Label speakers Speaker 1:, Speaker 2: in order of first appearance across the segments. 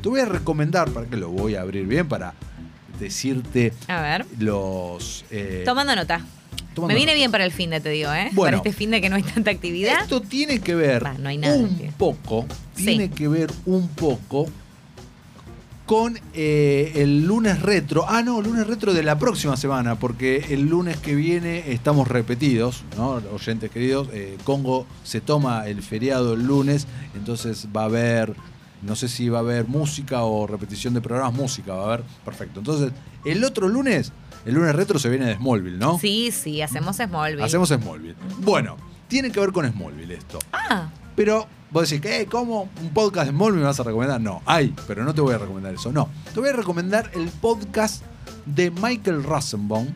Speaker 1: Te voy a recomendar, para que lo voy a abrir bien, para decirte
Speaker 2: A ver.
Speaker 1: los... eh,
Speaker 2: Tomando nota.
Speaker 1: tomando
Speaker 2: Me viene
Speaker 1: notas.
Speaker 2: bien para el fin de, te digo, ¿eh?
Speaker 1: Bueno.
Speaker 2: Para este fin de que no hay tanta actividad.
Speaker 1: Esto tiene que ver
Speaker 2: Bah, no hay nada,
Speaker 1: un
Speaker 2: tío.
Speaker 1: poco,
Speaker 2: Sí.
Speaker 1: tiene que ver un poco con eh, el lunes retro. Ah, no, lunes retro de la próxima semana, porque el lunes que viene estamos repetidos, ¿no? Oyentes queridos, eh, Congo se toma el feriado el lunes, entonces va a haber, no sé si va a haber música o repetición de programas, música va a haber, perfecto. Entonces, el otro lunes, el lunes retro se viene de Smallville, ¿no?
Speaker 2: Sí, sí, hacemos Smallville.
Speaker 1: Hacemos Smallville. Bueno, tiene que ver con Smallville esto.
Speaker 2: Ah,
Speaker 1: Pero vos decís, ¿qué? ¿Cómo? ¿Un podcast de Smallville me vas a recomendar? No, hay, pero no te voy a recomendar eso. No, te voy a recomendar el podcast de Michael Rosenbaum,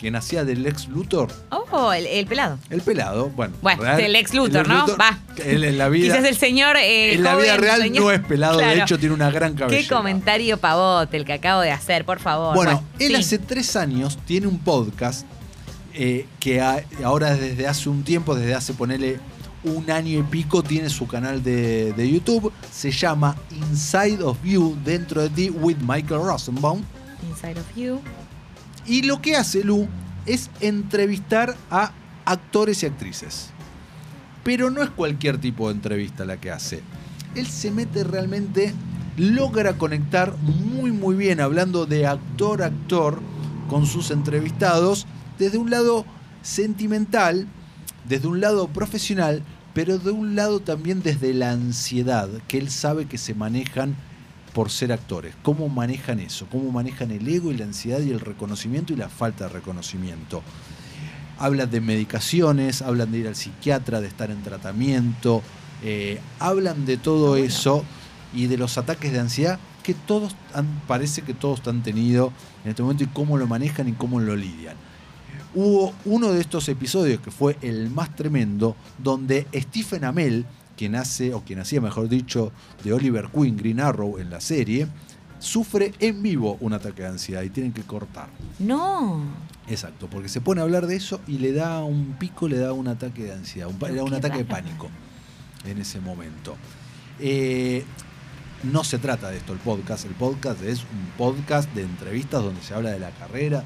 Speaker 1: quien hacía del ex Luthor.
Speaker 2: oh, el, el pelado.
Speaker 1: El pelado, bueno.
Speaker 2: Bueno, del Lex
Speaker 1: el
Speaker 2: Luthor, ¿no? Va.
Speaker 1: Él en la vida.
Speaker 2: Quizás el señor. eh,
Speaker 1: en la
Speaker 2: joven,
Speaker 1: vida real
Speaker 2: señor-
Speaker 1: no es pelado, de
Speaker 2: Claro.
Speaker 1: hecho tiene una gran cabellera.
Speaker 2: Qué comentario pavote el que acabo de hacer, por favor.
Speaker 1: Bueno, él
Speaker 2: sí.
Speaker 1: hace tres años tiene un podcast eh, que ha- ahora desde hace un tiempo, desde hace ponele un año y pico, tiene su canal de, de YouTube. Se llama Inside of You, Dentro de ti, with Michael Rosenbaum.
Speaker 2: Inside of You.
Speaker 1: Y lo que hace Lu es entrevistar a actores y actrices. Pero no es cualquier tipo de entrevista la que hace. Él se mete realmente, logra conectar muy muy bien, hablando de actor a actor, con sus entrevistados, desde un lado sentimental, desde un lado profesional, pero de un lado también desde la ansiedad, que él sabe que se manejan por ser actores. ¿Cómo manejan eso? ¿Cómo manejan el ego y la ansiedad y el reconocimiento y la falta de reconocimiento? Hablan de medicaciones, hablan de ir al psiquiatra, de estar en tratamiento, eh, hablan de todo
Speaker 2: bueno.
Speaker 1: eso y de los ataques de ansiedad que todos han, parece que todos han tenido en este momento y cómo lo manejan y cómo lo lidian. Hubo uno de estos episodios que fue el más tremendo, donde Stephen Amell, quien hace, o quien hacía mejor dicho, de Oliver Queen, Green Arrow en la serie, sufre en vivo un ataque de ansiedad y tienen que cortar.
Speaker 2: No.
Speaker 1: Exacto, porque se pone a hablar de eso y le da un pico, le da un ataque de ansiedad, un, pa- le da un
Speaker 2: Qué
Speaker 1: ataque de
Speaker 2: bárbaro.
Speaker 1: pánico en ese momento. Eh, no se trata de esto el podcast, el podcast es un podcast de entrevistas donde se habla de la carrera,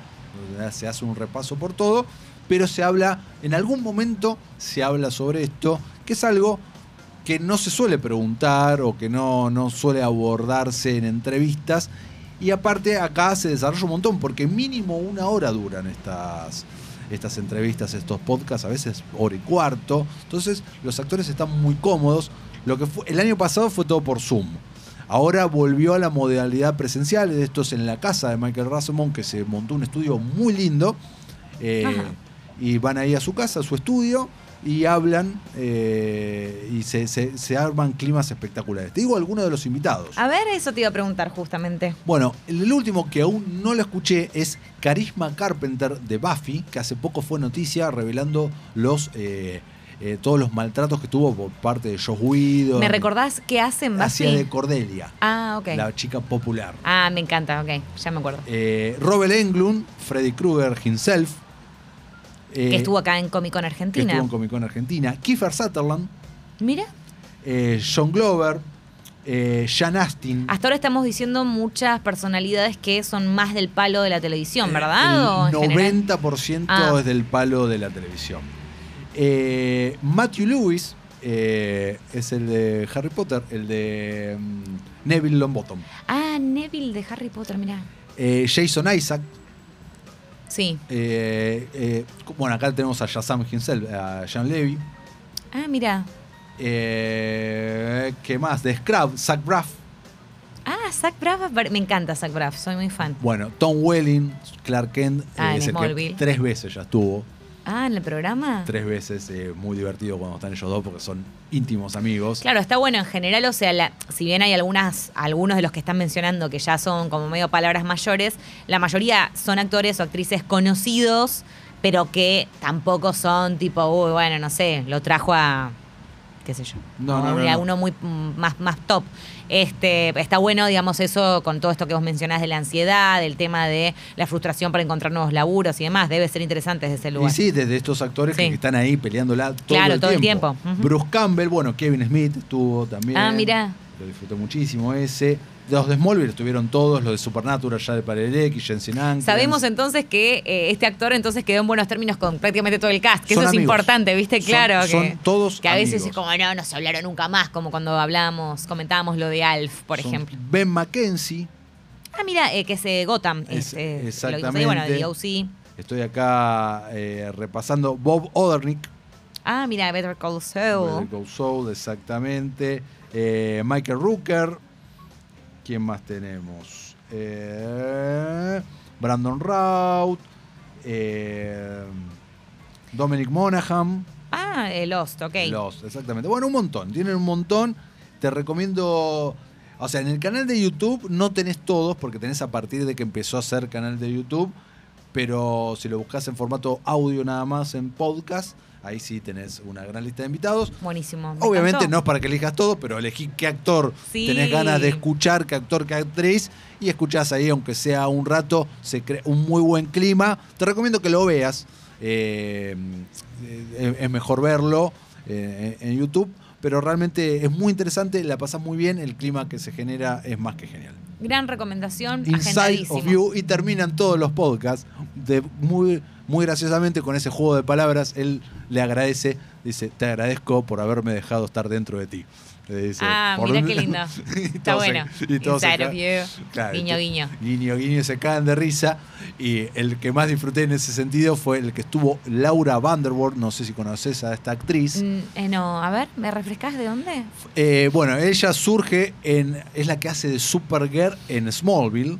Speaker 1: donde se hace un repaso por todo, pero se habla, en algún momento se habla sobre esto, que es algo que no se suele preguntar o que no, no suele abordarse en entrevistas. Y aparte acá se desarrolla un montón, porque mínimo una hora duran estas, estas entrevistas, estos podcasts, a veces hora y cuarto. Entonces los actores están muy cómodos. Lo que fue, el año pasado fue todo por Zoom. Ahora volvió a la modalidad presencial, esto es en la casa de Michael Rasmussen, que se montó un estudio muy lindo. Eh,
Speaker 2: Ajá.
Speaker 1: y van ahí a su casa, a su estudio, y hablan eh, y se, se- se arman climas espectaculares. Te digo algunos de los invitados.
Speaker 2: A ver, eso te iba a preguntar justamente.
Speaker 1: Bueno, el, el último que aún no lo escuché es Carisma Carpenter de Buffy, que hace poco fue noticia revelando los eh, eh, todos los maltratos que tuvo por parte de Josh Whedon.
Speaker 2: ¿Me recordás qué hacen Buffy?
Speaker 1: Hacía de Cordelia,
Speaker 2: Ah, ok.
Speaker 1: la chica popular.
Speaker 2: Ah, me encanta, ok. Ya me acuerdo.
Speaker 1: Eh, Robert Englund, Freddy Krueger himself. eh,
Speaker 2: que estuvo acá en Comic Con
Speaker 1: que
Speaker 2: Argentina.
Speaker 1: estuvo en Comic Con Argentina. Kiefer Sutherland,
Speaker 2: Mira,
Speaker 1: eh, John Glover, eh, Jan Astin.
Speaker 2: hasta ahora estamos diciendo muchas personalidades que son más del palo de la televisión, ¿verdad? ¿O en
Speaker 1: eh, El
Speaker 2: general?
Speaker 1: 90%
Speaker 2: Ah.
Speaker 1: es del palo de la televisión. Eh, Matthew Lewis eh, es el de Harry Potter, el de mm, Neville Longbottom.
Speaker 2: Ah, Neville de Harry Potter, mira.
Speaker 1: Eh, Jason Isaac.
Speaker 2: Sí.
Speaker 1: eh, eh, bueno, acá tenemos a Shazam himself, a Jean Levy.
Speaker 2: Ah, mira.
Speaker 1: Eh, ¿Qué más? De Scrub, Zach Braff.
Speaker 2: Ah, Zach Braff, apare- me encanta Zach Braff, soy muy fan.
Speaker 1: Bueno, Tom Welling, Clark Kent. eh,
Speaker 2: Ah, en
Speaker 1: es el que
Speaker 2: Smallville.
Speaker 1: tres veces ya estuvo.
Speaker 2: Ah, en el programa.
Speaker 1: tres veces. eh, muy divertido cuando están ellos dos porque son íntimos amigos.
Speaker 2: Claro, está bueno en general, o sea, la- si bien hay algunas, algunos de los que están mencionando que ya son como medio palabras mayores, la mayoría son actores o actrices conocidos, pero que tampoco son tipo, uy, bueno, no sé, lo trajo a, qué sé yo,
Speaker 1: No,
Speaker 2: a
Speaker 1: no, no,
Speaker 2: un- a
Speaker 1: no.
Speaker 2: uno muy mm, más, más top. Este, está bueno, digamos, eso con todo esto que vos mencionás de la ansiedad, del tema de la frustración para encontrar nuevos laburos y demás, debe ser interesante desde ese
Speaker 1: Y
Speaker 2: lugar.
Speaker 1: sí, desde estos actores que-
Speaker 2: Sí.
Speaker 1: que están ahí peleándola todo
Speaker 2: Claro,
Speaker 1: el
Speaker 2: todo el
Speaker 1: tiempo.
Speaker 2: tiempo. Ujú.
Speaker 1: Bruce Campbell, bueno, Kevin Smith estuvo también.
Speaker 2: Ah, mirá.
Speaker 1: Lo disfruté muchísimo ese. Los de Smallville estuvieron todos, los de Supernatural, ya de Parelec, Jensen Ankles.
Speaker 2: Sabemos entonces que eh, este actor entonces quedó en buenos términos con prácticamente todo el cast, que
Speaker 1: Son
Speaker 2: eso es
Speaker 1: amigos.
Speaker 2: importante, ¿viste?
Speaker 1: Son-
Speaker 2: Claro. que,
Speaker 1: son todos
Speaker 2: Que a veces
Speaker 1: amigos.
Speaker 2: es como, no, no se hablaron nunca más, como cuando hablábamos, comentábamos lo de Alf, por
Speaker 1: Son
Speaker 2: ejemplo.
Speaker 1: Ben Mackenzie,
Speaker 2: Ah, mira, eh, que es eh, Gotham.
Speaker 1: Es-
Speaker 2: este, lo que hizo ahí,
Speaker 1: exactamente.
Speaker 2: bueno, de DOC.
Speaker 1: estoy acá eh, repasando, Bob Odernick,
Speaker 2: Ah, mira, Better Call
Speaker 1: Better
Speaker 2: Saul.
Speaker 1: Call Saul, exactamente. Eh, Michael Rooker. ¿Quién más tenemos? Eh, Brandon Routh. eh, Dominic Monaghan.
Speaker 2: Ah, eh, Lost, ok.
Speaker 1: Los, exactamente. Bueno, un montón. Tienen un montón. Te recomiendo. O sea, en el canal de YouTube no tenés todos, porque tenés a partir de que empezó a ser canal de YouTube. Pero si lo buscas en formato audio nada más, en podcast, ahí sí tenés una gran lista de invitados.
Speaker 2: Buenísimo. me
Speaker 1: Obviamente
Speaker 2: encantó.
Speaker 1: no es para que elijas todo, pero elegí qué actor
Speaker 2: Sí.
Speaker 1: tenés ganas de escuchar, qué actor, qué actriz, y escuchás ahí, aunque sea un rato, se crea un muy buen clima. Te recomiendo que lo veas. eh, eh, es mejor verlo eh, en YouTube, pero realmente es muy interesante, la pasás muy bien, el clima que se genera es más que genial.
Speaker 2: Gran recomendación.
Speaker 1: Inside
Speaker 2: agendadísimo.
Speaker 1: of You y terminan todos los podcasts de muy, muy graciosamente con ese juego de palabras. Él le agradece, dice, te agradezco por haberme dejado estar dentro de ti. Le dice,
Speaker 2: Ah,
Speaker 1: "Por
Speaker 2: mira
Speaker 1: un-"
Speaker 2: qué lindo.
Speaker 1: Y
Speaker 2: Está
Speaker 1: todos se-
Speaker 2: bueno.
Speaker 1: y todos se
Speaker 2: Inside of
Speaker 1: ca-
Speaker 2: You.
Speaker 1: Claro,
Speaker 2: guiño,
Speaker 1: y-
Speaker 2: guiño.
Speaker 1: Guiño, guiño, se caen de risa. Y el que más disfruté en ese sentido fue el que estuvo Laura Vanderbilt, no sé si conoces a esta actriz.
Speaker 2: Mm, eh, no, a ver, ¿me refrescas de dónde?
Speaker 1: Eh, bueno, ella surge en, es la que hace de Supergirl en Smallville.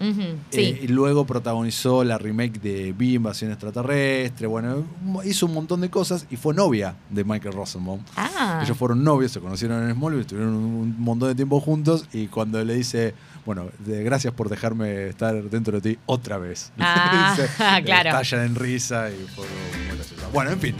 Speaker 2: Ujú, sí.
Speaker 1: Eh, y luego protagonizó la remake de Vi Invasión Extraterrestre. Bueno, hizo un montón de cosas y fue novia de Michael Rosenbaum.
Speaker 2: ah.
Speaker 1: Ellos fueron novios, se conocieron en Smallville, estuvieron un montón de tiempo juntos y cuando le dice, bueno, de- gracias por dejarme estar dentro de ti otra vez.
Speaker 2: Ah,
Speaker 1: Le
Speaker 2: claro.
Speaker 1: Estallan en risa y fue muy gracioso. Bueno, en fin.